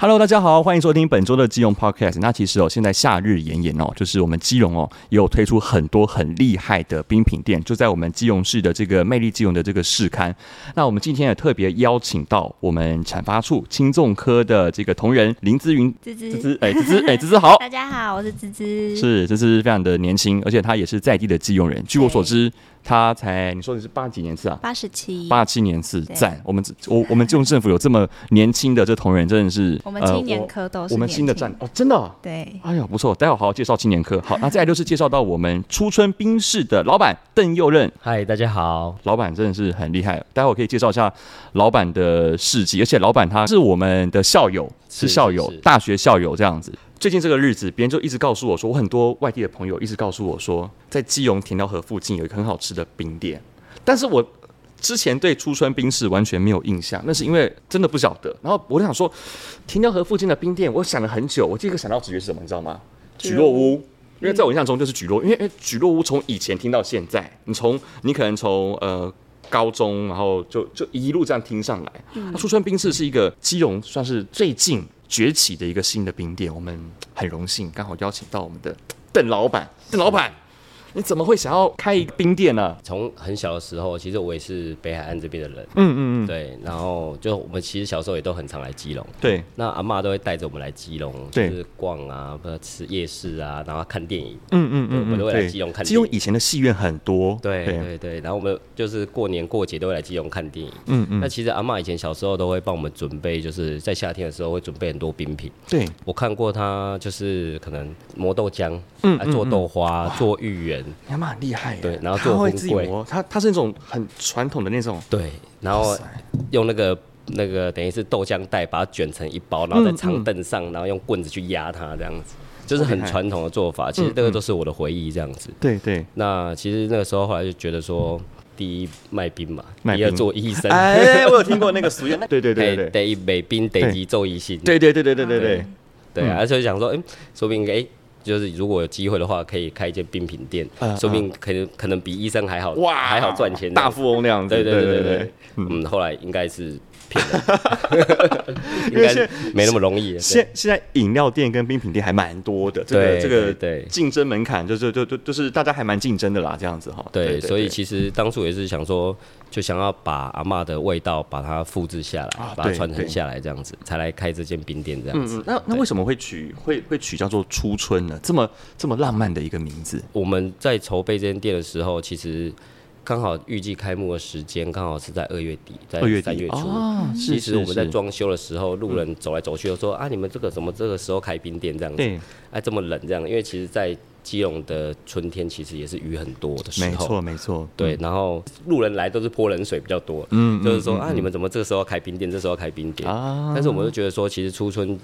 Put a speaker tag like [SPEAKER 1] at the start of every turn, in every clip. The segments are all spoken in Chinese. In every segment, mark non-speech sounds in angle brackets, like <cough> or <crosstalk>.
[SPEAKER 1] Hello，大家好，欢迎收听本周的基隆 Podcast。那其实哦，现在夏日炎炎哦，就是我们基隆哦也有推出很多很厉害的冰品店，就在我们基隆市的这个魅力基隆的这个市刊。那我们今天也特别邀请到我们产发处轻重科的这个同仁林姿云，
[SPEAKER 2] 芝
[SPEAKER 1] 芝
[SPEAKER 2] 芝，
[SPEAKER 1] 芝，哎，芝芝，哎，芝芝好，
[SPEAKER 2] 大家好，我是芝芝，
[SPEAKER 1] 是，这是非常的年轻，而且他也是在地的基隆人。据我所
[SPEAKER 2] 对
[SPEAKER 1] 知，他才你说你是八几年次啊？
[SPEAKER 2] 八十七，
[SPEAKER 1] 八七年次，
[SPEAKER 2] 对
[SPEAKER 1] 赞！我们这我我们基隆政府有这么年轻的这同仁，真的是
[SPEAKER 2] 我们青年科都
[SPEAKER 1] 我
[SPEAKER 2] 是
[SPEAKER 1] 呃我们
[SPEAKER 2] 年
[SPEAKER 1] 新的
[SPEAKER 2] 轻
[SPEAKER 1] 站哦，真的哦、
[SPEAKER 2] 对，
[SPEAKER 1] 哎呀，不错，待会好好介绍青年科。好，那再来就是介绍到我们初春冰室的老板邓佑任，
[SPEAKER 3] 嗨，大家好。
[SPEAKER 1] 老板真的是很厉害。待会可以介绍一下老板的事迹，而且老板他是我们的校友，是
[SPEAKER 3] 是
[SPEAKER 1] 校友
[SPEAKER 3] 是是，
[SPEAKER 1] 大学校友这样子。最近这个日子，别人就一直告诉我说，我很多外地的朋友一直告诉我说，在基隆田寮河附近有一个很好吃的冰店，但是我之前对初春冰室完全没有印象，那是因为真的不晓得。然后我就想说，田寮河附近的冰店，我想了很久，我第一个想到直觉是什么，你知道吗？
[SPEAKER 2] 菊
[SPEAKER 3] 啊
[SPEAKER 1] 菊落
[SPEAKER 2] 落
[SPEAKER 1] 屋。因为在我印象中就是菊落，因为因为菊落屋从以前听到现在，你从你可能从呃高中，然后就就一路这样听上来。那初春冰室是一个基隆算是最近崛起的一个新的冰店，我们很荣幸刚好邀请到我们的邓老板，邓老板。你怎么会想要开一个冰店呢、
[SPEAKER 3] 从很小的时候，其实我也是北海岸这边的人，
[SPEAKER 1] 嗯嗯嗯，
[SPEAKER 3] 对。然后就我们其实小时候也都很常来基隆，
[SPEAKER 1] 对，
[SPEAKER 3] 那阿嬷都会带着我们来基隆，就
[SPEAKER 1] 对
[SPEAKER 3] 是逛啊，不知道吃夜市啊，然后看电影。
[SPEAKER 1] 嗯嗯嗯
[SPEAKER 3] 我
[SPEAKER 1] 嗯，
[SPEAKER 3] 都会来
[SPEAKER 1] 对
[SPEAKER 3] 基隆看
[SPEAKER 1] 基隆
[SPEAKER 3] 电影
[SPEAKER 1] 以前的戏院很多，
[SPEAKER 3] 对对对，然后我们就是过年过节都会来基隆看电影。
[SPEAKER 1] 嗯
[SPEAKER 3] 那
[SPEAKER 1] 嗯，
[SPEAKER 3] 其实阿嬷以前小时候都会帮我们准备，就是在夏天的时候会准备很多冰品。
[SPEAKER 1] 对，
[SPEAKER 3] 我看过她就是可能磨豆浆，
[SPEAKER 1] 嗯
[SPEAKER 3] 啊做豆花，做芋圆，
[SPEAKER 1] 你阿妈很厉害耶，
[SPEAKER 3] 对然后
[SPEAKER 1] 他
[SPEAKER 3] 做
[SPEAKER 1] 会
[SPEAKER 3] 红
[SPEAKER 1] 自己
[SPEAKER 3] 桂
[SPEAKER 1] 磨，他他是那种很传统的那种，
[SPEAKER 3] 对，然后用那个那个等于是豆浆袋把它卷成一包，
[SPEAKER 1] 嗯
[SPEAKER 3] 然后在长凳上，然后用棍子去压它，这样子，就是很传统的做法。
[SPEAKER 1] 嗯
[SPEAKER 3] 其实这个都是我的回忆，这样子。
[SPEAKER 1] 对对，
[SPEAKER 3] 那其实那个时候后来就觉得说，第一卖冰嘛，
[SPEAKER 1] 卖
[SPEAKER 3] 第二
[SPEAKER 1] 冰
[SPEAKER 3] 做医生，
[SPEAKER 1] 哎，我有听过那个俗语，那 <laughs> 对对对对
[SPEAKER 3] 得得美冰得一做医心，
[SPEAKER 1] 对对嗯对对对对对，
[SPEAKER 3] 对啊，所以想说，哎，说不定哎。就是如果有机会的话，可以开一间冰品店，
[SPEAKER 1] 嗯
[SPEAKER 3] 说不定可能可能比医生还好，
[SPEAKER 1] 哇，
[SPEAKER 3] 还好赚钱这
[SPEAKER 1] 大
[SPEAKER 3] 样子。
[SPEAKER 1] 富翁那样子，
[SPEAKER 3] 对对
[SPEAKER 1] 对
[SPEAKER 3] 对对
[SPEAKER 1] 对
[SPEAKER 3] 对，，嗯，后来应该是骗
[SPEAKER 1] <laughs>
[SPEAKER 3] 人，应该是没那么容易。
[SPEAKER 1] 现现在饮料店跟冰品店还蛮多的，这个
[SPEAKER 3] 对
[SPEAKER 1] 这个
[SPEAKER 3] 对对
[SPEAKER 1] 竞争门槛就就就就就是大家还蛮竞争的啦，这样子哈。
[SPEAKER 3] 对对，所以
[SPEAKER 1] 对
[SPEAKER 3] 其实当初也是想说，就想要把阿嬷的味道把它复制下来
[SPEAKER 1] 啊，
[SPEAKER 3] 把它
[SPEAKER 1] 对
[SPEAKER 3] 传承
[SPEAKER 1] 对
[SPEAKER 3] 下来，这样子才来开这间冰店这样
[SPEAKER 1] 嗯
[SPEAKER 3] 子
[SPEAKER 1] 嗯，。那那
[SPEAKER 3] 对
[SPEAKER 1] 为什么会取会会取叫做初春呢？这么这么浪漫的一个名字，
[SPEAKER 3] 我们在筹备这间店的时候，其实刚好预计开幕的时间刚好是在二月底，在
[SPEAKER 1] 二月
[SPEAKER 3] 三
[SPEAKER 1] 底
[SPEAKER 3] 月初。
[SPEAKER 1] 哦，是
[SPEAKER 3] 其
[SPEAKER 1] 是
[SPEAKER 3] 实我们在
[SPEAKER 1] 是嗯
[SPEAKER 3] 装修的时候，路人走来走去，都说啊，你们这个怎么这个时候开冰店这样子？
[SPEAKER 1] 对，
[SPEAKER 3] 哎，这么冷这样，因为其实，在基隆的春天其实也是雨很多的时
[SPEAKER 1] 没
[SPEAKER 3] 候，
[SPEAKER 1] 错没错，
[SPEAKER 3] 对，然后路人来都是泼冷水比较多，
[SPEAKER 1] 嗯
[SPEAKER 3] 嗯，就是说啊，你们怎么这个时候开冰店，这时候开冰店？
[SPEAKER 1] 啊
[SPEAKER 3] 但是我们就觉得说，其实初春，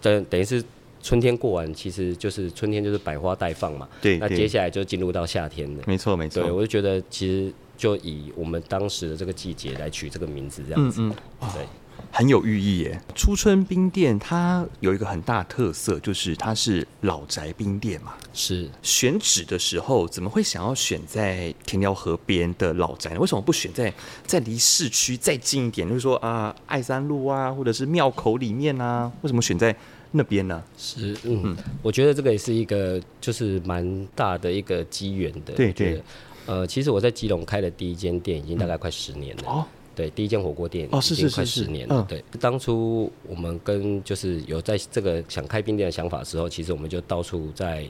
[SPEAKER 3] 等等于是春天过完，其实就是春天就是百花待放嘛，
[SPEAKER 1] 对
[SPEAKER 3] 那
[SPEAKER 1] 对
[SPEAKER 3] 接下来就进入到夏天了，
[SPEAKER 1] 没错没
[SPEAKER 3] 对
[SPEAKER 1] 错，
[SPEAKER 3] 我就觉得其实就以我们当时的这个季节来取这个名字这
[SPEAKER 1] 嗯
[SPEAKER 3] 样子，对。
[SPEAKER 1] 很有寓意耶。初春冰店它有一个很大特色，就是它是老宅冰店嘛。
[SPEAKER 3] 是，
[SPEAKER 1] 选址的时候，怎么会想要选在田寮河边的老宅呢？为什么不选在在离市区再近一点，就是说啊，爱山路啊，或者是庙口里面啊？为什么选在那边呢？
[SPEAKER 3] 是，嗯，我觉得这个也是一个就是蛮大的一个机缘的。
[SPEAKER 1] 对
[SPEAKER 3] 我觉得
[SPEAKER 1] 对。
[SPEAKER 3] 呃，其实我在基隆开的第一间店已经大概快十年了。
[SPEAKER 1] 哦，
[SPEAKER 3] 对，第一间火锅店
[SPEAKER 1] 哦是
[SPEAKER 3] 已经
[SPEAKER 1] 是
[SPEAKER 3] 快
[SPEAKER 1] 是
[SPEAKER 3] 十
[SPEAKER 1] 是
[SPEAKER 3] 年了。
[SPEAKER 1] 嗯
[SPEAKER 3] 对，当初我们跟就是有在这个想开冰店的想法的时候，其实我们就到处在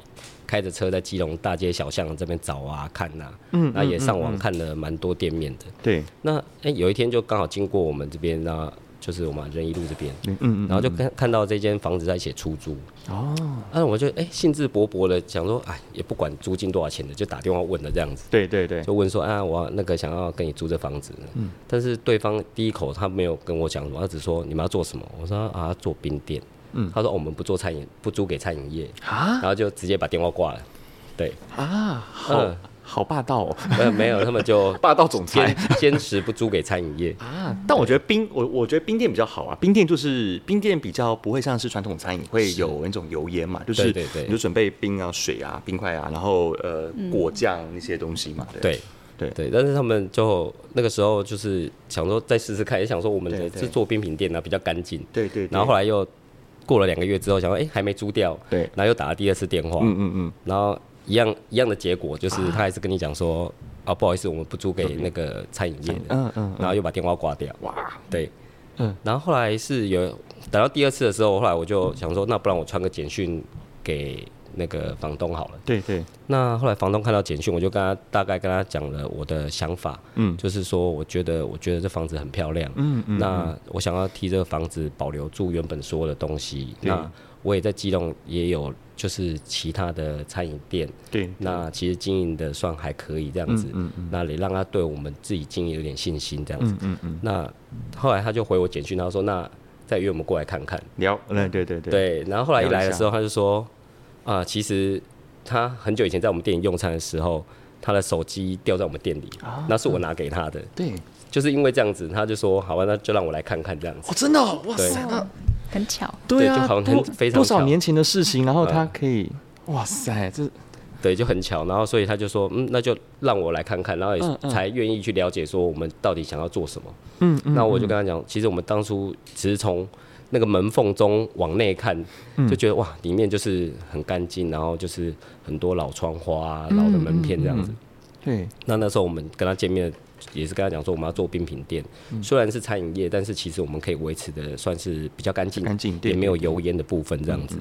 [SPEAKER 3] 开着车在基隆大街小巷这边找啊看呐、
[SPEAKER 1] 嗯
[SPEAKER 3] 那也上网看了蛮多店面的。
[SPEAKER 1] 对，
[SPEAKER 3] 那哎、有一天就刚好经过我们这边，那就是我们仁义路这边，
[SPEAKER 1] 嗯嗯，
[SPEAKER 3] 然后就看看到这间房子在写出租。
[SPEAKER 1] 哦，
[SPEAKER 3] 那、我就哎、兴致勃勃的想说，哎，也不管租金多少钱的，就打电话问了这样子，
[SPEAKER 1] 对对对，
[SPEAKER 3] 就问说啊，我那个想要跟你租这房子，嗯，但是对方第一口他没有跟我讲什么，他只说你们要做什么，我说啊做冰店，嗯，他说、哦我们不做餐饮，不租给餐饮业，
[SPEAKER 1] 啊
[SPEAKER 3] 然后就直接把电话挂了，对，
[SPEAKER 1] 啊，好
[SPEAKER 3] 嗯
[SPEAKER 1] 好霸道哦，
[SPEAKER 3] 呃没有，他们就
[SPEAKER 1] 霸道总裁
[SPEAKER 3] 坚。坚持不租给餐饮业，
[SPEAKER 1] 啊，但我觉得冰，我我觉得冰店比较好啊。冰店就是冰店比较不会像是传统餐饮会有那种油烟嘛，就是
[SPEAKER 3] 对对对嗯
[SPEAKER 1] 你就准备冰啊、水啊、冰块啊，然后呃果酱那些东西嘛。
[SPEAKER 3] 对。
[SPEAKER 1] 对
[SPEAKER 3] 对，但是他们就那个时候就是想说再试试看，也想说我们
[SPEAKER 1] 对
[SPEAKER 3] 的
[SPEAKER 1] 对
[SPEAKER 3] 是做冰品店呢、啊、比较干净，
[SPEAKER 1] 对对对
[SPEAKER 3] 然后后来又过了两个月之后，想说哎、诶还没租掉，
[SPEAKER 1] 对
[SPEAKER 3] 然后又打了第二次电话，
[SPEAKER 1] 嗯嗯啊嗯，
[SPEAKER 3] 然后一样一样的结果，就是他还是跟你讲说，啊不好意思，我们不租给那个餐饮业的，
[SPEAKER 1] 嗯嗯
[SPEAKER 3] 然后又把电话挂掉，
[SPEAKER 1] 哇，
[SPEAKER 3] 对，
[SPEAKER 1] 嗯，
[SPEAKER 3] 然后后来是有等到第二次的时候，后来我就想说，那不然我传个简讯给那个房东好了。
[SPEAKER 1] 对对，
[SPEAKER 3] 那后来房东看到简讯，我就跟他大概跟他讲了我的想法，
[SPEAKER 1] 嗯
[SPEAKER 3] 就是说我觉得我觉得这房子很漂亮，
[SPEAKER 1] 嗯嗯，
[SPEAKER 3] 那我想要替这个房子保留住原本所有的东西。
[SPEAKER 1] 对
[SPEAKER 3] 那我也在基隆也有就是其他的餐饮店，
[SPEAKER 1] 对，
[SPEAKER 3] 那其实经营的算还可以这样子，
[SPEAKER 1] 嗯
[SPEAKER 3] 那也让他对我们自己经营有点信心这样子。
[SPEAKER 1] 嗯嗯嗯，
[SPEAKER 3] 那后来他就回我简讯，他说那再约我们过来看看。
[SPEAKER 1] 聊，嗯对对对，
[SPEAKER 3] 对，然后后来一
[SPEAKER 1] 聊一
[SPEAKER 3] 来的
[SPEAKER 1] 下
[SPEAKER 3] 时候，他就说啊、其实他很久以前在我们店里用餐的时候，他的手机掉在我们店里，
[SPEAKER 1] 啊
[SPEAKER 3] 那是我拿给他的，
[SPEAKER 1] 对，
[SPEAKER 3] 就是因为这样子，他就说好吧，那就让我来看看这样子。
[SPEAKER 1] 哦真的哦，哇塞，
[SPEAKER 3] 对
[SPEAKER 1] 那
[SPEAKER 2] 很巧，
[SPEAKER 3] 对
[SPEAKER 1] 啊，
[SPEAKER 3] 就好像
[SPEAKER 1] 多
[SPEAKER 3] 很非常
[SPEAKER 1] 多少
[SPEAKER 3] 巧
[SPEAKER 1] 年前的事情，然后
[SPEAKER 3] 嗯
[SPEAKER 1] 他可以，哇塞，这
[SPEAKER 3] 对，就很巧，然后所以他就说，嗯，那就让我来看看，然
[SPEAKER 1] 嗯
[SPEAKER 3] 后也
[SPEAKER 1] 嗯
[SPEAKER 3] 才愿意去了解说我们到底想要做什么。
[SPEAKER 1] 嗯嗯，
[SPEAKER 3] 那我就跟他讲，其实我们当初只是从那个门缝中往内看，
[SPEAKER 1] 嗯
[SPEAKER 3] 就觉得哇，里面就是很干净，然后就是很多老窗花啊、
[SPEAKER 1] 嗯
[SPEAKER 3] 老的门片这样子。
[SPEAKER 1] 对，
[SPEAKER 3] 那那时候我们跟他见面，也是跟他讲说我们要做冰品店，
[SPEAKER 1] 嗯
[SPEAKER 3] 虽然是餐饮业，但是其实我们可以维持的算是比较干净，
[SPEAKER 1] 干净对嗯
[SPEAKER 3] 也没有油烟的部分这样子。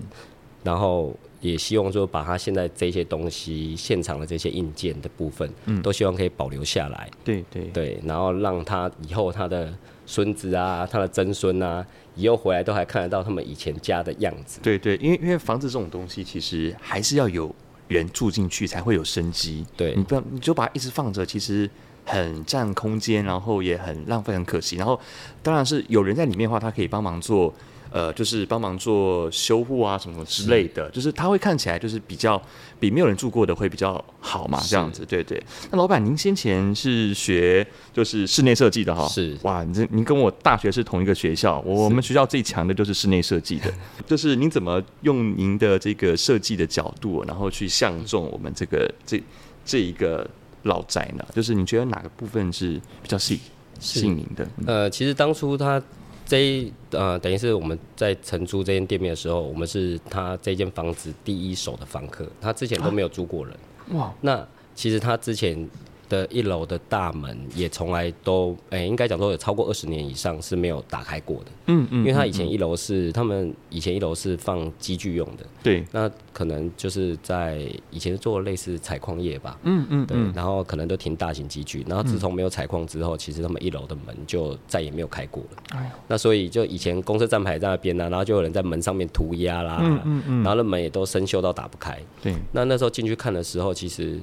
[SPEAKER 3] 然后也希望说把他现在这些东西现场的这些硬件的部分，
[SPEAKER 1] 嗯
[SPEAKER 3] 都希望可以保留下来。
[SPEAKER 1] 对对
[SPEAKER 3] 对，然后让他以后他的孙子啊，他的曾孙啊，以后回来都还看得到他们以前家的样子。
[SPEAKER 1] 对对，因为因为房子这种东西，其实还是要有人住进去才会有生机。
[SPEAKER 3] 对
[SPEAKER 1] 你不要你就把它一直放着，其实很占空间，然后也很浪费，很可惜。然后当然是有人在里面的话，他可以帮忙做，呃，就是帮忙做修护啊什么之类的，就是它会看起来就是比较比没有人住过的会比较好嘛，这样子。对对。那老板，您先前是学就是室内设计的哈？
[SPEAKER 3] 是
[SPEAKER 1] 哇，你这您跟我大学是同一个学校，我我们学校最强的就是室内设计的，就是您怎么用您的这个设计的角度，然后去相中我们这个这这一个老宅呢？就是你觉得哪个部分是比较吸吸引您的？嗯
[SPEAKER 3] 呃，其实当初他这一呃，等于是我们在承租这间店面的时候，我们是他这间房子第一手的房客，他之前都没有租过人。
[SPEAKER 1] 哇，
[SPEAKER 3] 那其实他之前的一楼的大门也从来都，哎、应该讲说有超过二十年以上是没有打开过的，
[SPEAKER 1] 嗯嗯，
[SPEAKER 3] 因为他以前一楼是他们以前一楼是放机具用的。
[SPEAKER 1] 对，
[SPEAKER 3] 那可能就是在以前做类似采矿业吧，
[SPEAKER 1] 嗯嗯
[SPEAKER 3] 对，然后可能都停大型机具，然后自从没有采矿之后，其实他们一楼的门就再也没有开过了。
[SPEAKER 1] 哎呦
[SPEAKER 3] 那所以就以前公车站牌在那边啊呢、然后就有人在门上面涂鸦啦，
[SPEAKER 1] 嗯嗯嗯，
[SPEAKER 3] 然后那门也都生锈到打不开。
[SPEAKER 1] 对，
[SPEAKER 3] 那那时候进去看的时候，其实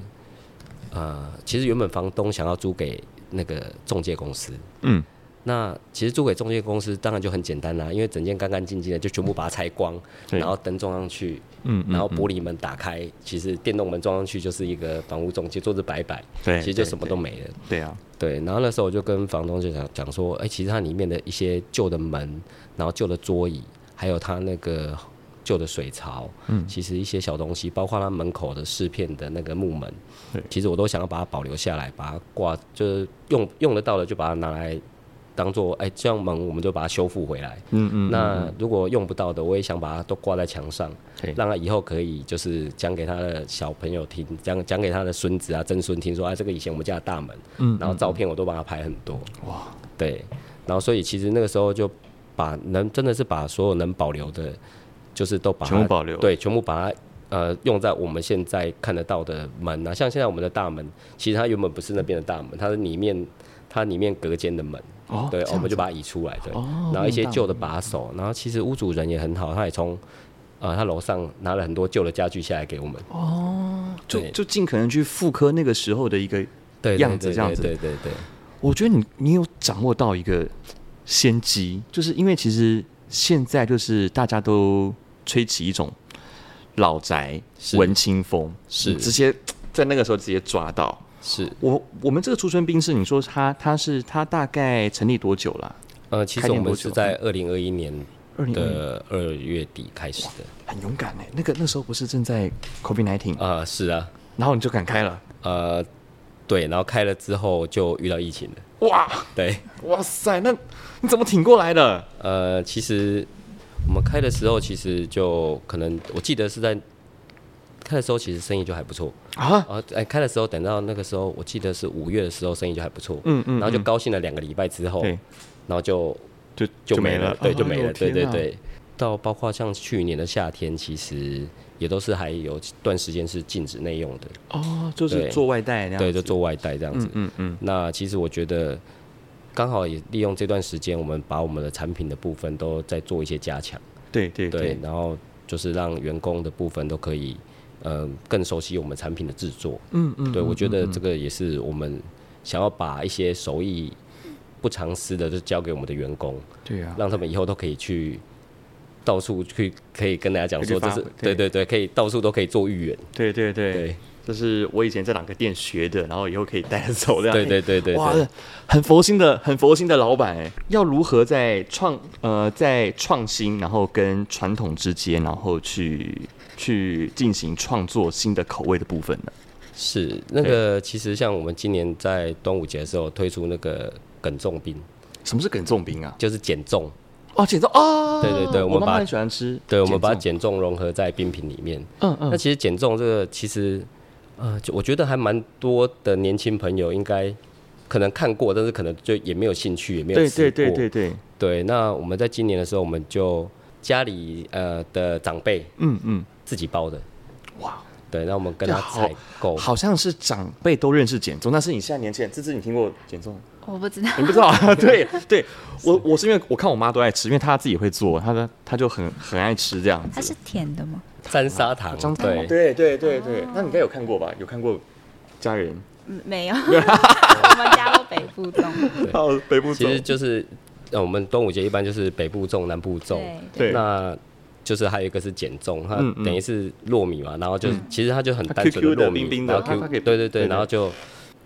[SPEAKER 3] 呃，其实原本房东想要租给那个中介公司，
[SPEAKER 1] 嗯，
[SPEAKER 3] 那其实租给中介公司当然就很简单啦、因为整间干干净净的，就全部把它拆光，
[SPEAKER 1] 对
[SPEAKER 3] 然后灯装上去，
[SPEAKER 1] 嗯嗯
[SPEAKER 3] 然后玻璃门打开，其实电动门装上去就是一个房屋中介，桌子摆摆，
[SPEAKER 1] 对
[SPEAKER 3] 其实就什么都没了。
[SPEAKER 1] 对啊，
[SPEAKER 3] 对，然后那时候我就跟房东就讲讲说，哎、其实它里面的一些旧的门，然后旧的桌椅，还有它那个旧的水槽，嗯，其实一些小东西，包括它门口的饰片的那个木门
[SPEAKER 1] 对，
[SPEAKER 3] 其实我都想要把它保留下来，把它挂，就是用用得到的就把它拿来当做，哎、这样门我们就把它修复回来。
[SPEAKER 1] 嗯嗯，
[SPEAKER 3] 那如果用不到的，我也想把它都挂在墙上
[SPEAKER 1] 对，
[SPEAKER 3] 让他以后可以就是讲给他的小朋友听，讲讲给他的孙子啊、曾孙听说，啊，这个以前我们家的大门，
[SPEAKER 1] 嗯
[SPEAKER 3] 然后照片我都帮他拍很多，
[SPEAKER 1] 哇，
[SPEAKER 3] 对，然后所以其实那个时候就把能真的是把所有能保留的，就是都把它
[SPEAKER 1] 全部保留
[SPEAKER 3] 对，全部把它。呃，用在我们现在看得到的门啊，像现在我们的大门，其实它原本不是那边的大门，它是里面它里面隔间的门，
[SPEAKER 1] 哦
[SPEAKER 3] 对，
[SPEAKER 1] 这
[SPEAKER 3] 我
[SPEAKER 1] 样
[SPEAKER 3] 们就把它移出来，对，
[SPEAKER 1] 哦
[SPEAKER 3] 然后一些
[SPEAKER 1] 明白
[SPEAKER 3] 旧的把手，然后其实屋主人也很好，他也从呃他楼上拿了很多旧的家具下来给我们，
[SPEAKER 1] 哦就
[SPEAKER 3] 对
[SPEAKER 1] 就尽可能去复刻那个时候的一个
[SPEAKER 3] 对，对
[SPEAKER 1] 样子
[SPEAKER 3] 对
[SPEAKER 1] 这样子
[SPEAKER 3] 对对对，
[SPEAKER 1] 我觉得你你有掌握到一个先机，就是因为其实现在就是大家都吹起一种老宅
[SPEAKER 3] 是
[SPEAKER 1] 文青风，
[SPEAKER 3] 是
[SPEAKER 1] 你直接在那个时候直接抓到。
[SPEAKER 3] 是，
[SPEAKER 1] 我我们这个出春冰室，你说他他是他大概成立多久了、
[SPEAKER 3] 呃，其
[SPEAKER 1] 开
[SPEAKER 3] 实我
[SPEAKER 1] 店多
[SPEAKER 3] 们
[SPEAKER 1] 久啊
[SPEAKER 3] 是在二零二一年
[SPEAKER 1] 2021
[SPEAKER 3] 的二月底开始的，
[SPEAKER 1] 很勇敢哎、那个那时候不是正在 COVID 1 9
[SPEAKER 3] 啊，是啊，
[SPEAKER 1] 然后你就敢开了，
[SPEAKER 3] 呃，对，然后开了之后就遇到疫情了，
[SPEAKER 1] 哇
[SPEAKER 3] 对，
[SPEAKER 1] 哇塞，那你怎么挺过来的？
[SPEAKER 3] 呃，其实我们开的时候其实就可能我记得是在开的时候，其实生意就还不错。
[SPEAKER 1] 啊，
[SPEAKER 3] 啊，哎，开的时候等到那个时候，我记得是五月的时候，生意就还不错。
[SPEAKER 1] 嗯嗯
[SPEAKER 3] 然后就高兴了两个礼拜之后，
[SPEAKER 1] 对
[SPEAKER 3] 然后就
[SPEAKER 1] 就
[SPEAKER 3] 就没
[SPEAKER 1] 了，
[SPEAKER 3] 对，
[SPEAKER 1] 啊
[SPEAKER 3] 就没了，对对。
[SPEAKER 1] 天哪
[SPEAKER 3] 对。到包括像去年的夏天，其实也都是还有段时间是禁止内用的，
[SPEAKER 1] 哦，就是
[SPEAKER 3] 对
[SPEAKER 1] 做外带那样
[SPEAKER 3] 对，
[SPEAKER 1] 子，
[SPEAKER 3] 就做外带这样子。
[SPEAKER 1] 嗯嗯嗯，
[SPEAKER 3] 那其实我觉得刚好也利用这段时间，我们把我们的产品的部分都在做一些加强，
[SPEAKER 1] 对对
[SPEAKER 3] 对
[SPEAKER 1] 对，，
[SPEAKER 3] 然后就是让员工的部分都可以，呃，更熟悉我们产品的制作。
[SPEAKER 1] 嗯嗯，
[SPEAKER 3] 对，我觉得这
[SPEAKER 1] 个
[SPEAKER 3] 个也是我们想要把一些手艺不藏私的，就交给我们的员工，
[SPEAKER 1] 对啊，
[SPEAKER 3] 让他们以后都可以去到处去，可以跟大家讲
[SPEAKER 1] 可以
[SPEAKER 3] 说，
[SPEAKER 1] 去
[SPEAKER 3] 这
[SPEAKER 1] 发
[SPEAKER 3] 是
[SPEAKER 1] 挥对
[SPEAKER 3] 对对对，可以到处都可以做预言。
[SPEAKER 1] 对对对
[SPEAKER 3] 对，
[SPEAKER 1] 这是我以前在哪个店学的，然后以后可以带着走的。
[SPEAKER 3] 对对对对
[SPEAKER 1] 哇
[SPEAKER 3] 对，
[SPEAKER 1] 很佛心的，很佛心的老板哎，要如何在创呃在创新，然后跟传统之间，然后去去进行创作新的口味的部分呢？
[SPEAKER 3] 是那个，其实像我们今年在端午节的时候推出那个梗粽冰，
[SPEAKER 1] 什么是梗粽冰啊？
[SPEAKER 3] 就是减重，
[SPEAKER 1] 哦，减重哦，
[SPEAKER 3] 对对对
[SPEAKER 1] 我
[SPEAKER 3] 我们
[SPEAKER 1] 妈妈
[SPEAKER 3] 把
[SPEAKER 1] 很喜欢吃粽，
[SPEAKER 3] 对，我们把减重融合在冰品里面。
[SPEAKER 1] 嗯嗯
[SPEAKER 3] 那其实减重这个，其实呃，就我觉得还蛮多的年轻朋友应该可能看过，但是可能就也没有兴趣，也没有
[SPEAKER 1] 对
[SPEAKER 3] 吃
[SPEAKER 1] 对
[SPEAKER 3] 过。
[SPEAKER 1] 对对对，
[SPEAKER 3] 对那我们在今年的时候，我们就家里呃的长辈
[SPEAKER 1] 嗯嗯，
[SPEAKER 3] 自己包的，
[SPEAKER 1] 哇，
[SPEAKER 3] 对，那我们跟他
[SPEAKER 1] 这好
[SPEAKER 3] 采购。
[SPEAKER 1] 好像是长辈都认识减重，但是你现在年轻人，芝芝你听过减重？
[SPEAKER 2] 我不知道，
[SPEAKER 1] 你不知道 <laughs> 啊？对对，我我是因为我看我妈都爱吃，因为她自己会做，她的她就很很爱吃这样
[SPEAKER 2] 它是
[SPEAKER 1] 子。
[SPEAKER 2] 甜的吗？
[SPEAKER 3] 沾砂糖，对，
[SPEAKER 1] 对对对对，那你应该有看过吧？有看过家人
[SPEAKER 2] 嗯
[SPEAKER 1] <laughs>
[SPEAKER 2] 没有，我们家都北部粽，
[SPEAKER 1] 到
[SPEAKER 3] 哦
[SPEAKER 1] 北部
[SPEAKER 3] 其实就是呃，我们端午节一般就是北部粽、南部粽，
[SPEAKER 2] 对
[SPEAKER 1] 对
[SPEAKER 3] 那就是还有一个是减重，它
[SPEAKER 1] 嗯嗯嗯
[SPEAKER 3] 等于是糯米嘛，然后就、其实它就很单纯
[SPEAKER 1] QQ 的
[SPEAKER 3] 糯米，
[SPEAKER 1] 冰冰的
[SPEAKER 3] 然后
[SPEAKER 1] 它
[SPEAKER 3] Q
[SPEAKER 1] 它可以
[SPEAKER 3] 对对
[SPEAKER 1] 对对
[SPEAKER 3] 对，然后就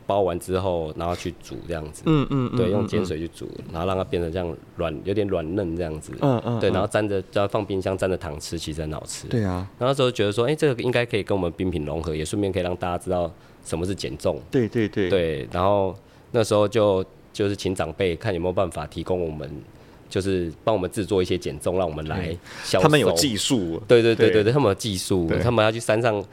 [SPEAKER 3] 包完之后，然后去煮这样子，
[SPEAKER 1] 嗯嗯嗯
[SPEAKER 3] 对，用
[SPEAKER 1] 嗯
[SPEAKER 3] 碱水去煮，然后让它变成这样软，有点软嫩这样子，
[SPEAKER 1] 嗯嗯
[SPEAKER 3] 对，
[SPEAKER 1] 嗯
[SPEAKER 3] 然后沾着只要放冰箱沾着糖吃，其实很好吃，
[SPEAKER 1] 对啊，
[SPEAKER 3] 然后那时候觉得说，哎、这个应该可以跟我们冰品融合，也顺便可以让大家知道什么是减重，
[SPEAKER 1] 对对对，
[SPEAKER 3] 对，然后那时候就就是请长辈看有没有办法提供我们，就是帮我们制作一些减重，让我们来销
[SPEAKER 1] 嗯
[SPEAKER 3] 售。
[SPEAKER 1] 他们有技术，
[SPEAKER 3] 对对对
[SPEAKER 1] 对
[SPEAKER 3] 对对，他们有技术
[SPEAKER 1] 对，
[SPEAKER 3] 他们要去山上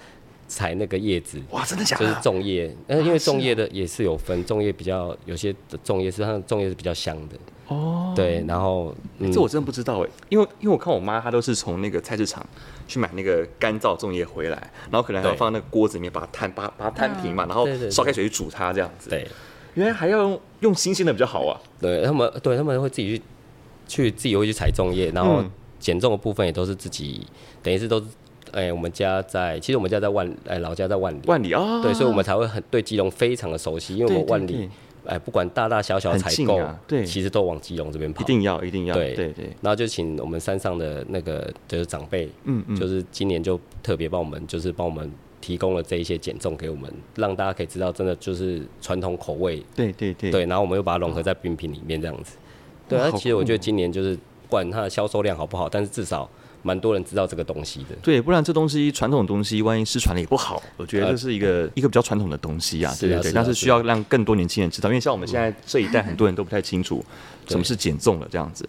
[SPEAKER 3] 采那个叶子，
[SPEAKER 1] 哇，哦真的假
[SPEAKER 3] 就是
[SPEAKER 1] 的？
[SPEAKER 3] 粽叶。呃，因为粽叶的也是有分，粽叶比较有些的粽叶是它的粽叶是比较香的，
[SPEAKER 1] 哦，
[SPEAKER 3] 对，然后嗯
[SPEAKER 1] 这，我真的不知道哎，因为因为我看我妈她都是从那个菜市场去买那个干燥粽叶回来，然后可能还要
[SPEAKER 3] 对嗯
[SPEAKER 1] 放那个锅子里面把它摊把把它摊平嘛，然后
[SPEAKER 3] 对对对
[SPEAKER 1] 烧开水去煮它这样子。
[SPEAKER 3] 对
[SPEAKER 1] 原来还要用用新鲜的比较好啊。
[SPEAKER 3] 对，他们对他们会自己去去自己会去采粽叶，然后
[SPEAKER 1] 嗯
[SPEAKER 3] 减重的部分也都是自己，等于是都是。哎、我们家在，其实我们家在万，哎、老家在万里，
[SPEAKER 1] 万里啊，
[SPEAKER 3] 对，所以我们才会很对基隆非常的熟悉，因为我
[SPEAKER 1] 对
[SPEAKER 3] 们
[SPEAKER 1] 对
[SPEAKER 3] 万
[SPEAKER 1] 对
[SPEAKER 3] 里，哎，不管大大小小
[SPEAKER 1] 很
[SPEAKER 3] 采
[SPEAKER 1] 近
[SPEAKER 3] 购
[SPEAKER 1] 啊，对
[SPEAKER 3] 其实都往基隆这边跑
[SPEAKER 1] 一。定要一定要，
[SPEAKER 3] 对
[SPEAKER 1] 对对，
[SPEAKER 3] 然后就请我们山上的那个就是长辈，
[SPEAKER 1] 嗯嗯，
[SPEAKER 3] 就是今年就特别帮我们，就是帮我们提供了这一些减重给我们，让大家可以知道，真的就是传统口味，
[SPEAKER 1] 对对对
[SPEAKER 3] 对。然后我们又把它融合在冰品里面这样子。对，
[SPEAKER 1] 哇
[SPEAKER 3] 那
[SPEAKER 1] 好
[SPEAKER 3] 其实我
[SPEAKER 1] 酷
[SPEAKER 3] 觉得今年就是不管它的销售量好不好，但是至少蛮多人知道这个东西的。
[SPEAKER 1] 对，不然这东西传统的东西，万一失传了也不好。我觉得这
[SPEAKER 3] 呃
[SPEAKER 1] 是一个、一个比较传统的东西啊，
[SPEAKER 3] 是
[SPEAKER 1] 对
[SPEAKER 3] 啊
[SPEAKER 1] 对对。
[SPEAKER 3] 是啊
[SPEAKER 1] 但是
[SPEAKER 3] 是啊
[SPEAKER 1] 需要让更多年轻人知道，因为像我们现在这一代，很多人都不太清楚嗯什么是减重了这样子。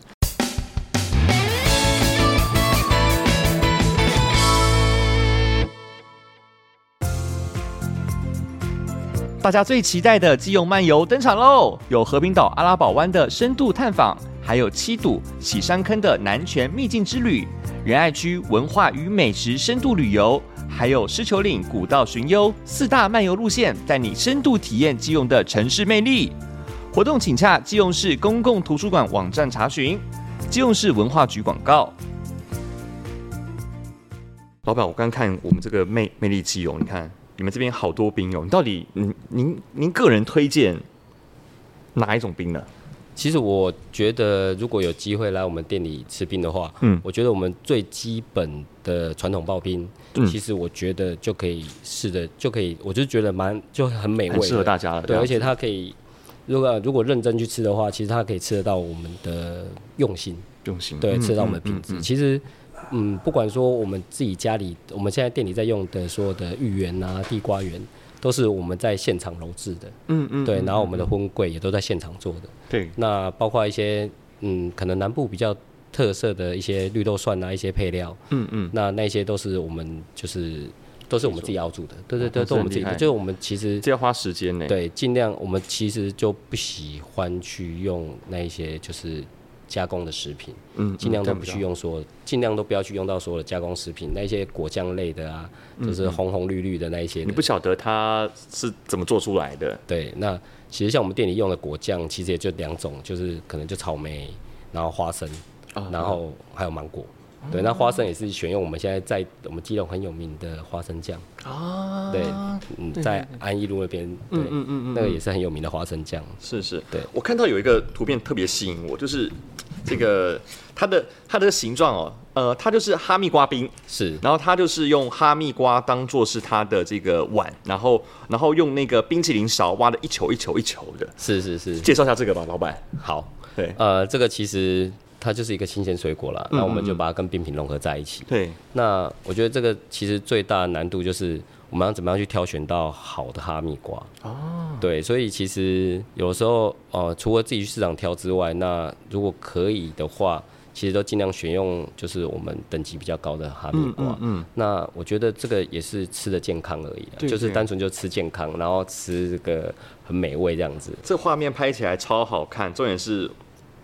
[SPEAKER 1] 大家最期待的基隆漫游登场喽！有和平岛、阿拉堡湾的深度探访，还有七堵、喜山坑的南泉秘境之旅，仁爱区文化与美食深度旅游，还有狮球岭古道巡游，四大漫游路线带你深度体验基隆的城市魅力。活动请洽基隆市公共图书馆网站查询。基隆市文化局广告。老板，我刚看我们这个魅魅力基友，你看你们这边好多冰哦。你到底您您您个人推荐哪一种冰呢？
[SPEAKER 3] 其实我觉得，如果有机会来我们店里吃冰的话，
[SPEAKER 1] 嗯
[SPEAKER 3] 我觉得我们最基本的传统刨冰，
[SPEAKER 1] 嗯
[SPEAKER 3] 其实我觉得就可以试着就可以，我就觉得蛮就很美
[SPEAKER 1] 嗯
[SPEAKER 3] 味
[SPEAKER 1] 很
[SPEAKER 3] 的，
[SPEAKER 1] 适合大家了。
[SPEAKER 3] 对，而且它可以，如果如果认真去吃的话，其实它可以吃得到我们的用心，
[SPEAKER 1] 用心，
[SPEAKER 3] 对，
[SPEAKER 1] 嗯
[SPEAKER 3] 吃得到我们的品质。其实。嗯，不管说我们自己家里，我们现在店里在用的所有的芋圆啊、地瓜圆，都是我们在现场揉制的。
[SPEAKER 1] 嗯嗯，
[SPEAKER 3] 对，
[SPEAKER 1] 嗯
[SPEAKER 3] 然后我们的荤桂也都在现场做的。
[SPEAKER 1] 对
[SPEAKER 3] 嗯那包括一些嗯，可能南部比较特色的一些绿豆蒜啊，一些配料，
[SPEAKER 1] 嗯嗯，
[SPEAKER 3] 那那些都是我们就是都是我们自己熬煮的，对对对，
[SPEAKER 1] 哦
[SPEAKER 3] 都我们自己
[SPEAKER 1] 这很厉害
[SPEAKER 3] 的，就是我们其实
[SPEAKER 1] 这要花时间呢。，
[SPEAKER 3] 对尽量我们其实就不喜欢去用那一些就是加工的食品，
[SPEAKER 1] 嗯，
[SPEAKER 3] 尽量
[SPEAKER 1] 嗯
[SPEAKER 3] 都不去。用说，尽量都不要去用到所有的加工食品，那一些果酱类的啊，就是红红绿绿的那一些
[SPEAKER 1] 这样比较
[SPEAKER 3] 的
[SPEAKER 1] 你不晓得它是怎么做出来的，
[SPEAKER 3] 对，那其实像我们店里用的果酱，其实也就两种，就是可能就草莓，然后花生，
[SPEAKER 1] 啊
[SPEAKER 3] 然后还有芒果。对，那花生也是选用我们现在在我们基隆很有名的花生酱啊，对，
[SPEAKER 1] 哦
[SPEAKER 3] 嗯，在安义路那边，对，嗯嗯那个也是很有名的花生酱，
[SPEAKER 1] 是是，
[SPEAKER 3] 对
[SPEAKER 1] 我看到有一个图片特别吸引我，就是这个它的它的形状哦，呃，它就是哈密瓜冰，
[SPEAKER 3] 是
[SPEAKER 1] 然后它就是用哈密瓜当做是它的这个碗，然后然后用那个冰淇淋勺挖的一球一球一球的。
[SPEAKER 3] 是是是，
[SPEAKER 1] 介绍一下这个吧，老板。
[SPEAKER 3] 好，
[SPEAKER 1] 对
[SPEAKER 3] 呃，这个其实它就是一个新鲜水果啦，那我们就把它跟冰品融合在一起。
[SPEAKER 1] 对，
[SPEAKER 3] 那我觉得这个其实最大的难度就是我们要怎么样去挑选到好的哈密瓜。哦，对，所以其实有时候呃，除了自己去市场挑之外，那如果可以的话，其实都尽量选用就是我们等级比较高的哈密瓜。嗯，那我觉得这个也是吃的健康而已啊
[SPEAKER 1] 对
[SPEAKER 3] 就是
[SPEAKER 1] 对
[SPEAKER 3] 单纯就吃健康，然后吃这个很美味这样子。
[SPEAKER 1] 这画面拍起来超好看，重点是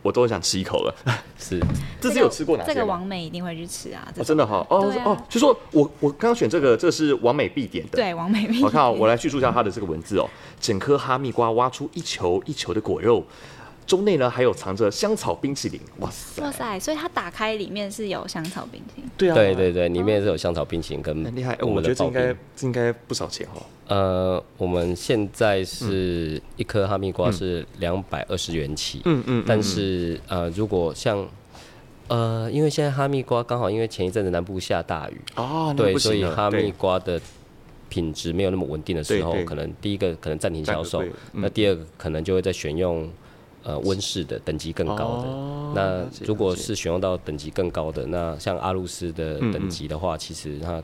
[SPEAKER 1] 我都很想吃一口了。
[SPEAKER 3] 是，
[SPEAKER 1] 这次有吃过哪些
[SPEAKER 2] 这
[SPEAKER 1] 吗？
[SPEAKER 2] 个王美一定会去吃啊！这
[SPEAKER 1] 哦，
[SPEAKER 2] 种
[SPEAKER 1] 真的哈、哦、
[SPEAKER 2] 对啊
[SPEAKER 1] 哦，就说我我刚刚选这个，这是完美必点的。
[SPEAKER 2] 对王美必
[SPEAKER 1] 我看、哦、我来叙述一下它的这个文字哦。整颗哈密瓜挖出一球一球的果肉，中内呢还有藏着香草冰淇淋。哇塞！
[SPEAKER 2] 哇塞，所以它打开里面是有香草冰淇淋，
[SPEAKER 1] 对啊，
[SPEAKER 3] 对对对，里面是有香草冰淇淋跟
[SPEAKER 1] 很厉害。呃
[SPEAKER 3] 我
[SPEAKER 1] 我
[SPEAKER 3] 们
[SPEAKER 1] 觉得
[SPEAKER 3] 的
[SPEAKER 1] 这
[SPEAKER 3] 刨
[SPEAKER 1] 应该
[SPEAKER 3] 冰。
[SPEAKER 1] 这应该不少钱哦。
[SPEAKER 3] 呃，我们现在是一颗哈密瓜是两百二十元起，
[SPEAKER 1] 嗯嗯
[SPEAKER 3] 但是呃，如果像呃，因为现在哈密瓜刚好因为前一阵子南部下大雨，
[SPEAKER 1] 哦，那
[SPEAKER 3] 对，
[SPEAKER 1] 不
[SPEAKER 3] 所以
[SPEAKER 1] 行了
[SPEAKER 3] 哈密
[SPEAKER 1] 对
[SPEAKER 3] 瓜的品质没有那么稳定的时候
[SPEAKER 1] 对对，
[SPEAKER 3] 可能第一个可能暂停销售
[SPEAKER 1] 暂停，对嗯
[SPEAKER 3] 那第二个可能就会再选用呃温室的等级更高的。
[SPEAKER 1] 哦
[SPEAKER 3] 那
[SPEAKER 1] 了解
[SPEAKER 3] 如果
[SPEAKER 1] 了解
[SPEAKER 3] 是选用到等级更高的，那像阿鲁斯的等级的话，其实它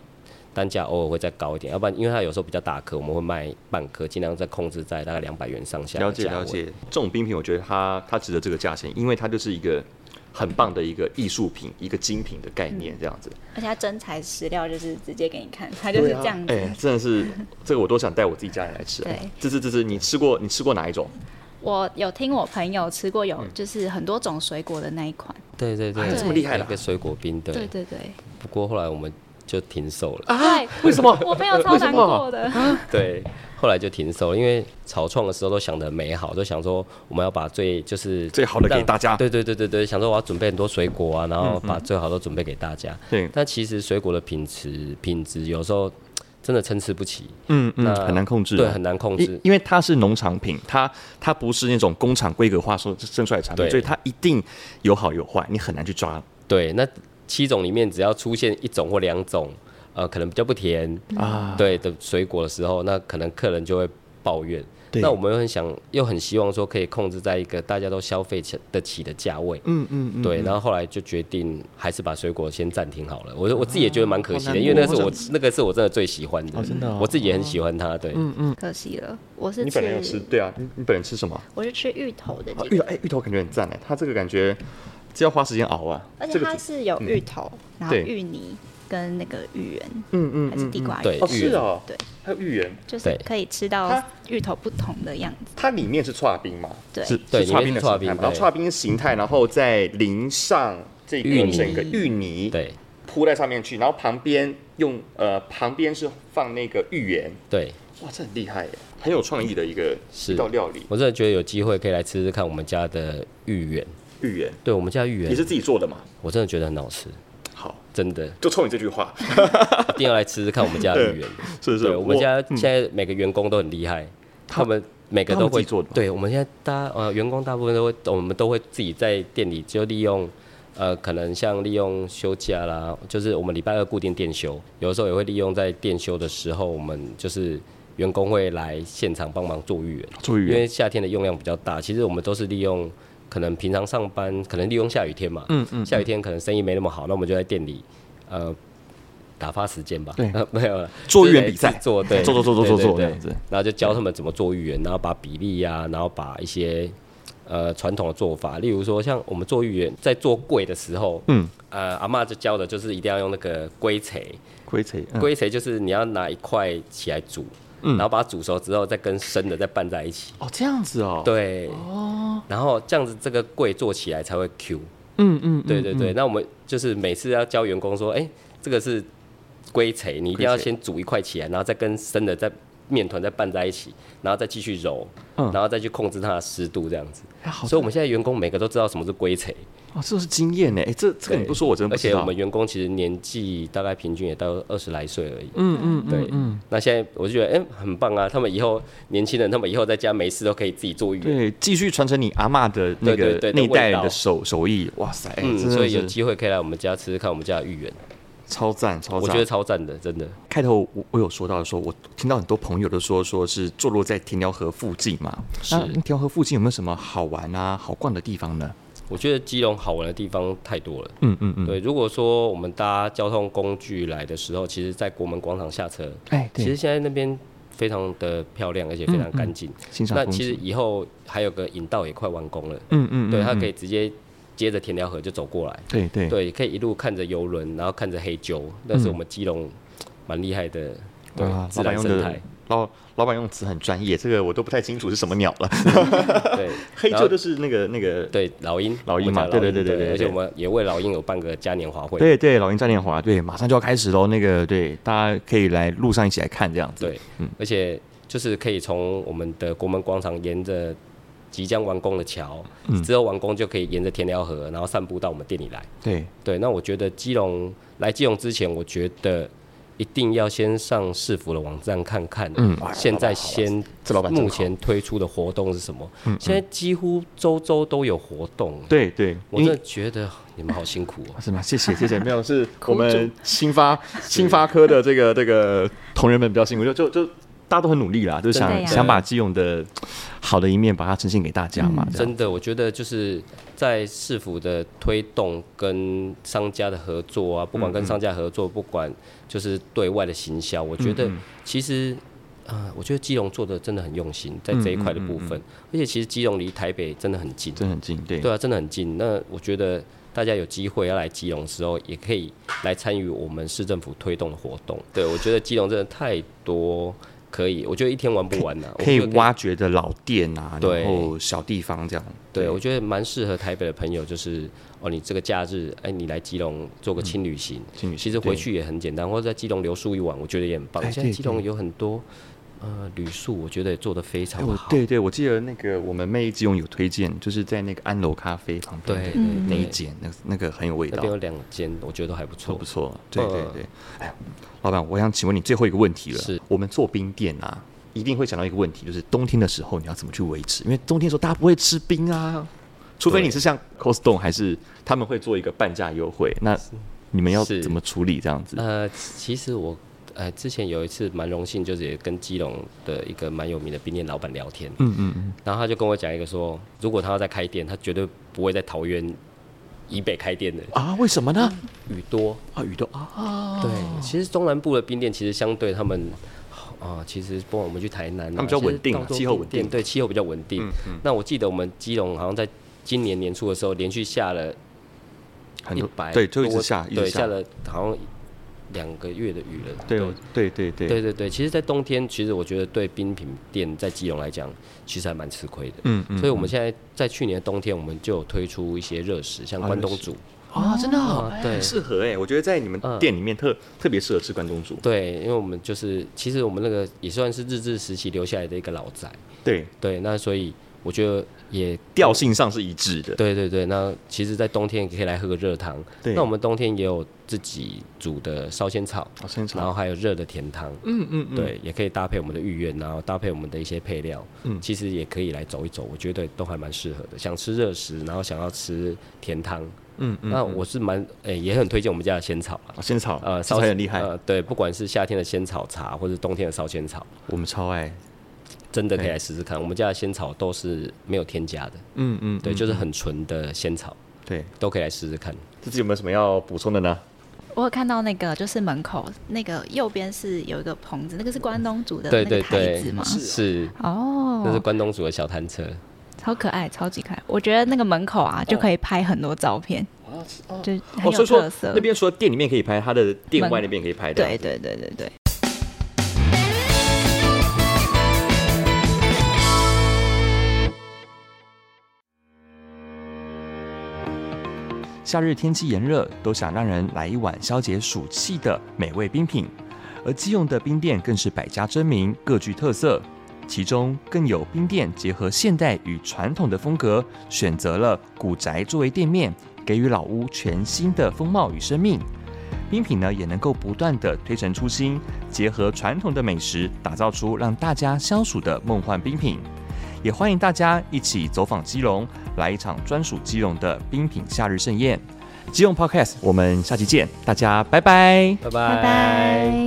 [SPEAKER 3] 单价偶尔会再高一点，要不然因为它有时候比较大颗，我们会卖半颗，尽量再控制在大概两百元上下的
[SPEAKER 1] 了解
[SPEAKER 3] 价位
[SPEAKER 1] 了解，这种冰品我觉得它它值得这个价钱，因为它就是一个很棒的一个艺术品，一个精品的概
[SPEAKER 2] 嗯
[SPEAKER 1] 念这样子。
[SPEAKER 2] 而且它真材实料就是直接给你看，它就是这样子。
[SPEAKER 1] 对啊哎、真的是这个我都想带我自己家人来吃。
[SPEAKER 2] 对，
[SPEAKER 1] 这这这这，你吃过你吃过哪一种？
[SPEAKER 2] 我有听我朋友吃过
[SPEAKER 1] 嗯
[SPEAKER 2] 有就是很多种水果的那一款，
[SPEAKER 3] 对对
[SPEAKER 1] 哎
[SPEAKER 3] 对，
[SPEAKER 1] 这么厉害啦
[SPEAKER 3] 一个水果冰，
[SPEAKER 2] 对
[SPEAKER 3] 对。
[SPEAKER 2] 对对，
[SPEAKER 3] 不过后来我们就停售了。
[SPEAKER 2] 对，
[SPEAKER 1] 啊 <laughs> 为什么
[SPEAKER 2] 我朋友超难过的，
[SPEAKER 3] <laughs> 对，后来就停售了，因为草创的时候都想的美好，都想说我们要把最就是
[SPEAKER 1] 最好的给
[SPEAKER 3] 让
[SPEAKER 1] 大家嗯
[SPEAKER 3] 对对对对对，想说我要准备很多水果啊，然后把最好都准备给大家。
[SPEAKER 1] 对
[SPEAKER 3] 但其实水果的品质品质有时候真的参差不齐，
[SPEAKER 1] 嗯嗯，
[SPEAKER 3] 那
[SPEAKER 1] 很难控制啊、
[SPEAKER 3] 对，很难控制
[SPEAKER 1] 因。因为它是农产品，它它不是那种工厂规格化生生出来的产品，
[SPEAKER 3] 对
[SPEAKER 1] 所以它一定有好有坏，你很难去抓。
[SPEAKER 3] 对，那七种里面只要出现一种或两种，呃，可能比较不甜
[SPEAKER 1] 啊
[SPEAKER 3] 对的水果的时候，那可能客人就会抱怨。
[SPEAKER 1] 对
[SPEAKER 3] 那我们又很想，又很希望说可以控制在一个大家都消费起得起的价位。
[SPEAKER 1] 嗯嗯嗯，
[SPEAKER 3] 对，然后后来就决定还是把水果先暂停好了。我我自己也觉得蛮可惜
[SPEAKER 1] 啊好
[SPEAKER 3] 的，
[SPEAKER 1] 难
[SPEAKER 3] 因为那是
[SPEAKER 1] 过
[SPEAKER 3] 我那个是我真的最喜欢的，
[SPEAKER 1] 哦真的哦嗯
[SPEAKER 3] 我自己也很喜欢它。对，
[SPEAKER 2] 可惜了。我是
[SPEAKER 1] 你本人有吃
[SPEAKER 2] 吃，
[SPEAKER 1] 对啊，你你本人吃什么？
[SPEAKER 2] 我是吃芋头的
[SPEAKER 1] 啊
[SPEAKER 2] 这
[SPEAKER 1] 芋头
[SPEAKER 2] 个，
[SPEAKER 1] 哎、芋头感觉很赞哎，它这个感觉这要花时间熬啊，
[SPEAKER 2] 而且
[SPEAKER 1] 这个
[SPEAKER 2] 它
[SPEAKER 1] 挺
[SPEAKER 2] 是有芋头，然后
[SPEAKER 1] 对
[SPEAKER 2] 芋泥跟那个芋圆，
[SPEAKER 1] 嗯嗯
[SPEAKER 2] 还是地瓜
[SPEAKER 3] 对
[SPEAKER 2] 圆，
[SPEAKER 1] 哦
[SPEAKER 3] 芋
[SPEAKER 1] 是
[SPEAKER 3] 圆
[SPEAKER 1] 哦，
[SPEAKER 2] 对，
[SPEAKER 1] 还有芋圆，
[SPEAKER 2] 就是可以吃到
[SPEAKER 1] 它
[SPEAKER 2] 芋头不同的样子。
[SPEAKER 1] 它里面是刨冰嘛？
[SPEAKER 2] 对
[SPEAKER 1] 是
[SPEAKER 3] 对
[SPEAKER 1] 是刨冰
[SPEAKER 3] 里
[SPEAKER 1] 的形
[SPEAKER 3] 面是刨
[SPEAKER 1] 态
[SPEAKER 3] 冰
[SPEAKER 1] 嘛，然后
[SPEAKER 3] 对
[SPEAKER 1] 刨冰形态，然后再淋上这
[SPEAKER 3] 芋
[SPEAKER 1] 个
[SPEAKER 3] 泥
[SPEAKER 1] 整个芋泥，
[SPEAKER 3] 对
[SPEAKER 1] 铺在上面去，然后旁边用呃旁边是放那个芋圆，
[SPEAKER 3] 对，
[SPEAKER 1] 哇，这很厉害耶，很有创意的一个
[SPEAKER 3] 是
[SPEAKER 1] 一道料理，
[SPEAKER 3] 我真的觉得有机会可以来吃吃看我们家的芋圆。
[SPEAKER 1] 芋圆，
[SPEAKER 3] 对我们家芋
[SPEAKER 1] 你
[SPEAKER 3] 圆
[SPEAKER 1] 是，自己做的吗？
[SPEAKER 3] 我真的觉得很好吃，
[SPEAKER 1] 好，
[SPEAKER 3] 真的
[SPEAKER 1] 就冲你这句话，
[SPEAKER 3] 一定要来吃吃看我们家的芋圆。
[SPEAKER 1] <laughs> 是不
[SPEAKER 3] 对，我们家现在每个员工都很厉害，他们每个
[SPEAKER 1] 他们
[SPEAKER 3] 都
[SPEAKER 1] 自
[SPEAKER 3] 会
[SPEAKER 1] 己做的吗
[SPEAKER 3] 对，我们现在大呃员工大部分都会，我们都会自己在店里就利用。呃，可能像利用休假啦，就是我们礼拜二固定店休，有的时候也会利用在店休的时候，我们就是员工会来现场帮忙做芋圆，
[SPEAKER 1] 做芋
[SPEAKER 3] 因为夏天的用量比较大。其实我们都是利用可能平常上班，可能利用下雨天嘛，嗯嗯，下雨天可能生意没那么好，那我们就在店里，呃，打发时间吧，
[SPEAKER 1] 对
[SPEAKER 3] <laughs> 没有了，
[SPEAKER 1] 做芋圆比赛
[SPEAKER 3] 就是来制作对，
[SPEAKER 1] 做做做做做做
[SPEAKER 3] 对对对
[SPEAKER 1] 这样子
[SPEAKER 3] 然后就教他们怎么做芋圆，然后把比例呀、然后把一些呃传统的做法，例如说像我们做芋圆，在做粿的时候，
[SPEAKER 1] 嗯，
[SPEAKER 3] 呃，阿嬷就教的就是一定要用那个龟锤，
[SPEAKER 1] 龟贼，嗯
[SPEAKER 3] 龟锤就是你要拿一块起来煮，然后把它煮熟之后再跟生的再拌在一起，
[SPEAKER 1] 哦，这样子哦，，
[SPEAKER 3] 对，然后这样子这个粿做起来才会 Q，
[SPEAKER 1] 嗯嗯，嗯
[SPEAKER 3] 对对对，，那我们就是每次要教员工说，哎、这个是龟锤，你一定要先煮一块起来，然后再跟生的再面团再拌在一起，然后再继续揉，
[SPEAKER 1] 嗯
[SPEAKER 3] 然后再去控制它的湿度这样子。
[SPEAKER 1] 哎好，
[SPEAKER 3] 所以
[SPEAKER 1] 所以
[SPEAKER 3] 我们现在员工每个都知道什么是龟锤，
[SPEAKER 1] 哦，这是经验呢，哎，这这个
[SPEAKER 3] 对
[SPEAKER 1] 你不说我真的
[SPEAKER 3] 而
[SPEAKER 1] 不知
[SPEAKER 3] 且
[SPEAKER 1] 道，
[SPEAKER 3] 我们员工其实年纪大概平均也到二十来岁而已。
[SPEAKER 1] 嗯嗯
[SPEAKER 3] 对，那现在我就觉得，哎、很棒啊！他们以后年轻人，他们以后在家没事都可以自己做芋圆，
[SPEAKER 1] 对，继续传承你阿嬷的那
[SPEAKER 3] 对
[SPEAKER 1] 个
[SPEAKER 3] 对对的
[SPEAKER 1] 那一代
[SPEAKER 3] 味
[SPEAKER 1] 人
[SPEAKER 3] 道
[SPEAKER 1] 的手手艺，哇塞，哎
[SPEAKER 3] 嗯，
[SPEAKER 1] 真
[SPEAKER 3] 所
[SPEAKER 1] 的
[SPEAKER 3] 以有
[SPEAKER 1] 是
[SPEAKER 3] 机会可以来我们家吃吃看我们家的芋圆，
[SPEAKER 1] 超赞超
[SPEAKER 3] 我
[SPEAKER 1] 赞，
[SPEAKER 3] 觉得超赞的，真的。
[SPEAKER 1] 开头我我有说到说，我听到很多朋友都说说是坐落在田寮河附近嘛，
[SPEAKER 3] 是
[SPEAKER 1] 那田寮河附近有没有什么好玩啊、好逛的地方呢？
[SPEAKER 3] 我觉得基隆好玩的地方太多了。
[SPEAKER 1] 嗯嗯嗯，
[SPEAKER 3] 对，如果说我们搭交通工具来的时候，其实，在国门广场下车，
[SPEAKER 1] 哎，
[SPEAKER 3] 其实现在那边非常的漂亮，而且非常干净。
[SPEAKER 1] 嗯欣赏
[SPEAKER 3] 那
[SPEAKER 1] 风
[SPEAKER 3] 其实
[SPEAKER 1] 景，
[SPEAKER 3] 以后还有个引道也快完工了，
[SPEAKER 1] 嗯嗯，
[SPEAKER 3] 对，
[SPEAKER 1] 嗯
[SPEAKER 3] 它可
[SPEAKER 1] 嗯
[SPEAKER 3] 以直接接着田寮河就走过来，
[SPEAKER 1] 对对，
[SPEAKER 3] 对，可以一路看着游轮，然后看着黑鸠，那是我们基隆蛮厉害的，对
[SPEAKER 1] 嗯哇，
[SPEAKER 3] 自
[SPEAKER 1] 啊老板
[SPEAKER 3] 然
[SPEAKER 1] 用
[SPEAKER 3] 生
[SPEAKER 1] 的
[SPEAKER 3] 态，
[SPEAKER 1] 老老板用词很专业，这个我都不太清楚是什么鸟了。
[SPEAKER 3] 对，
[SPEAKER 1] 黑
[SPEAKER 3] 然
[SPEAKER 1] 鹫
[SPEAKER 3] 后
[SPEAKER 1] 就是那个那个，
[SPEAKER 3] 对老鹰，
[SPEAKER 1] 老鹰
[SPEAKER 3] 我们
[SPEAKER 1] 嘛
[SPEAKER 3] 家
[SPEAKER 1] 对对
[SPEAKER 3] 老
[SPEAKER 1] 对对对
[SPEAKER 3] 而且
[SPEAKER 1] 对
[SPEAKER 3] 我们也为老鹰有办个嘉年华会，
[SPEAKER 1] 对对，老鹰嘉年华，对，马上就要开始喽。那个对，大家可以来路上一起来看这样子。
[SPEAKER 3] 对，而且就是可以从我们的国门广场沿着即将完工的桥，之后完工就可以沿着田寮河，然后散步到我们店里来。
[SPEAKER 1] 对
[SPEAKER 3] 对，那我觉得基隆来基隆之前，我觉得一定要先上市府的网站看看。
[SPEAKER 1] 嗯
[SPEAKER 3] 现在先
[SPEAKER 1] 这老板真好
[SPEAKER 3] 目前推出的活动是什么？现在几乎周周都有活动。
[SPEAKER 1] 对对，
[SPEAKER 3] 我
[SPEAKER 1] 因为
[SPEAKER 3] 真
[SPEAKER 1] 啊
[SPEAKER 3] 的觉得你们好辛苦哦。
[SPEAKER 1] 是吗？谢谢谢谢，没有
[SPEAKER 3] <laughs>
[SPEAKER 1] 是
[SPEAKER 2] 苦
[SPEAKER 1] 我们新发新发科的这个这个同仁们比较辛苦，就就就大家都很努力啦，就是
[SPEAKER 2] 真的
[SPEAKER 1] 想
[SPEAKER 2] 呀
[SPEAKER 1] 想把基隆的好的一面把它呈现给大家嘛。这样
[SPEAKER 3] 真的，我觉得就是在市府的推动跟商家的合作啊，
[SPEAKER 1] 嗯
[SPEAKER 3] 不管跟商家合作，不管就是对外的行销，我觉
[SPEAKER 1] 嗯
[SPEAKER 3] 得其实。啊、我觉得基隆做的真的很用心，在这一块的部
[SPEAKER 1] 嗯
[SPEAKER 3] 分，而且其实基隆离台北真的很近，
[SPEAKER 1] 真的很近，对
[SPEAKER 3] 对啊，真的很近。那我觉得大家有机会要来基隆的时候，也可以来参与我们市政府推动的活动。对，我觉得基隆真的太多可以，我觉得一天玩不完呐、我
[SPEAKER 1] 可以
[SPEAKER 3] 觉得
[SPEAKER 1] 挖掘的老店啊，
[SPEAKER 3] 对
[SPEAKER 1] 然后小地方这样。
[SPEAKER 3] 对，我觉得蛮适合台北的朋友，就是哦，你这个假日，哎，你来基隆做个轻旅行，
[SPEAKER 1] 轻旅行
[SPEAKER 3] 其实回去也很简单，或者在基隆留宿一晚，我觉得也很棒
[SPEAKER 1] 哎。
[SPEAKER 3] 现在
[SPEAKER 1] 对
[SPEAKER 3] 基隆有很多呃旅宿，我觉得也做得非
[SPEAKER 1] 哎，
[SPEAKER 3] 常
[SPEAKER 1] 我
[SPEAKER 3] 好。
[SPEAKER 1] 对对，我记得那个我们妹基隆有推荐，就是在那个安楼咖啡旁边
[SPEAKER 3] 对
[SPEAKER 1] 的
[SPEAKER 3] 对
[SPEAKER 1] 那一
[SPEAKER 3] 对
[SPEAKER 1] 间，那那个很有味
[SPEAKER 3] 那
[SPEAKER 1] 道
[SPEAKER 3] 边，有两间，我觉得都还不
[SPEAKER 1] 都
[SPEAKER 3] 错
[SPEAKER 1] 不。错。对对
[SPEAKER 3] 嗯
[SPEAKER 1] 对，哎，老板，我想请问你最后一个问题了。
[SPEAKER 3] 是
[SPEAKER 1] 我们做冰店啊，一定会想到一个问题，就是冬天的时候你要怎么去维持？因为冬天的时候大家不会吃冰啊，除非你是像 Costco 还是他们会做一个半价优惠，那你们要
[SPEAKER 3] 是
[SPEAKER 1] 怎么处理这样子？
[SPEAKER 3] 呃，其实我呃之前有一次蛮荣幸，就是也跟基隆的一个蛮有名的冰店老板聊天，
[SPEAKER 1] 嗯嗯嗯，
[SPEAKER 3] 然后他就跟我讲一个说，如果他要再开店，他绝对不会在桃园以北开店的，
[SPEAKER 1] 啊，为什么呢？
[SPEAKER 3] 雨多。
[SPEAKER 1] 啊，雨都啊，
[SPEAKER 3] 对，其实中南部的冰店其实相对他们啊、其实不管我们去台南啊、
[SPEAKER 1] 他们比较稳定啊
[SPEAKER 3] 其实到处
[SPEAKER 1] 气候稳定嗯
[SPEAKER 3] 冰店对，气候比较稳定。那我记得我们基隆好像在今年年初的时候，连续下了
[SPEAKER 1] 很
[SPEAKER 3] 一
[SPEAKER 1] 多
[SPEAKER 3] 百
[SPEAKER 1] 对，就一
[SPEAKER 3] 多
[SPEAKER 1] 直下，一直
[SPEAKER 3] 对，下了好像两个月的雨了。
[SPEAKER 1] 对我对对对
[SPEAKER 3] 对对对，其实，在冬天，其实我觉得对冰品店在基隆来讲，其实还蛮吃亏的。
[SPEAKER 1] 嗯嗯
[SPEAKER 3] 所以我们现在在去年的冬天，我们就有推出一些热食，像
[SPEAKER 1] 啊
[SPEAKER 3] 关
[SPEAKER 1] 热
[SPEAKER 3] 东
[SPEAKER 1] 食
[SPEAKER 3] 煮。
[SPEAKER 1] 啊，真的哦
[SPEAKER 3] 啊
[SPEAKER 1] 哎
[SPEAKER 3] 对
[SPEAKER 1] 很适合哎，我觉得在你们
[SPEAKER 3] 嗯
[SPEAKER 1] 店里面特特别适合吃关东煮。
[SPEAKER 3] 对，因为我们就是，其实我们那个也算是日治时期留下来的一个老宅。
[SPEAKER 1] 对，
[SPEAKER 3] 对，那所以我觉得也
[SPEAKER 1] 调性上是一致的。
[SPEAKER 3] 对对对，那其实，在冬天也可以来喝个热汤。
[SPEAKER 1] 对
[SPEAKER 3] 那我们冬天也有自己煮的烧仙草，
[SPEAKER 1] 好，生
[SPEAKER 3] 然
[SPEAKER 1] 炒，
[SPEAKER 3] 后还有热的甜汤。
[SPEAKER 1] 嗯嗯嗯，
[SPEAKER 3] 对，也可以搭配我们的芋圆，然后搭配我们的一些配料，
[SPEAKER 1] 嗯
[SPEAKER 3] 其实也可以来走一走，我觉得都还蛮适合的。想吃热食，然后想要吃甜汤，
[SPEAKER 1] 嗯嗯，哦
[SPEAKER 3] 那我是蛮，诶、也很推荐我们家的仙草啦。
[SPEAKER 1] 好生炒，
[SPEAKER 3] 呃，
[SPEAKER 1] 烧菜很厉害，
[SPEAKER 3] 呃，对，不管是夏天的仙草茶，或者冬天的烧仙草，
[SPEAKER 1] 我们超爱。
[SPEAKER 3] 真的可以来试试看。我们家的仙草都是没有添加的，
[SPEAKER 1] 嗯嗯，
[SPEAKER 3] 对，就是很纯的仙草，
[SPEAKER 1] 对，
[SPEAKER 3] 都可以来试试看。
[SPEAKER 1] 自己有没有什么要补充的呢？
[SPEAKER 2] 我有看到那个，就是门口那个右边是有一个棚子，那个是关东煮的那
[SPEAKER 3] 对
[SPEAKER 2] 个
[SPEAKER 3] 对
[SPEAKER 2] 台
[SPEAKER 3] 对
[SPEAKER 2] 子吗，？
[SPEAKER 3] 是，
[SPEAKER 2] 哦，
[SPEAKER 3] 那是关东煮的小摊车，
[SPEAKER 2] 超可爱，超级可爱。我觉得那个门口啊，就可以拍很多照片，就很
[SPEAKER 4] 哦，所
[SPEAKER 2] 有
[SPEAKER 4] 以说
[SPEAKER 2] 特色。
[SPEAKER 4] 那边除了店里面可以拍，它的店外那边也可以拍的。
[SPEAKER 2] 对对对对对。
[SPEAKER 1] 夏日天气炎热，都想让人来一碗消解暑气的美味冰品。而基隆的冰店更是百家争鸣，各具特色。其中更有冰店结合现代与传统的风格，选择了古宅作为店面，给予老屋全新的风貌与生命。冰品呢也能够不断的推陈出新，结合传统的美食，打造出让大家消暑的梦幻冰品。也欢迎大家一起走访基隆，来一场专属基隆的冰品夏日盛宴。基隆 Podcast，我们下期见，大家拜拜。
[SPEAKER 3] 拜
[SPEAKER 2] 拜拜。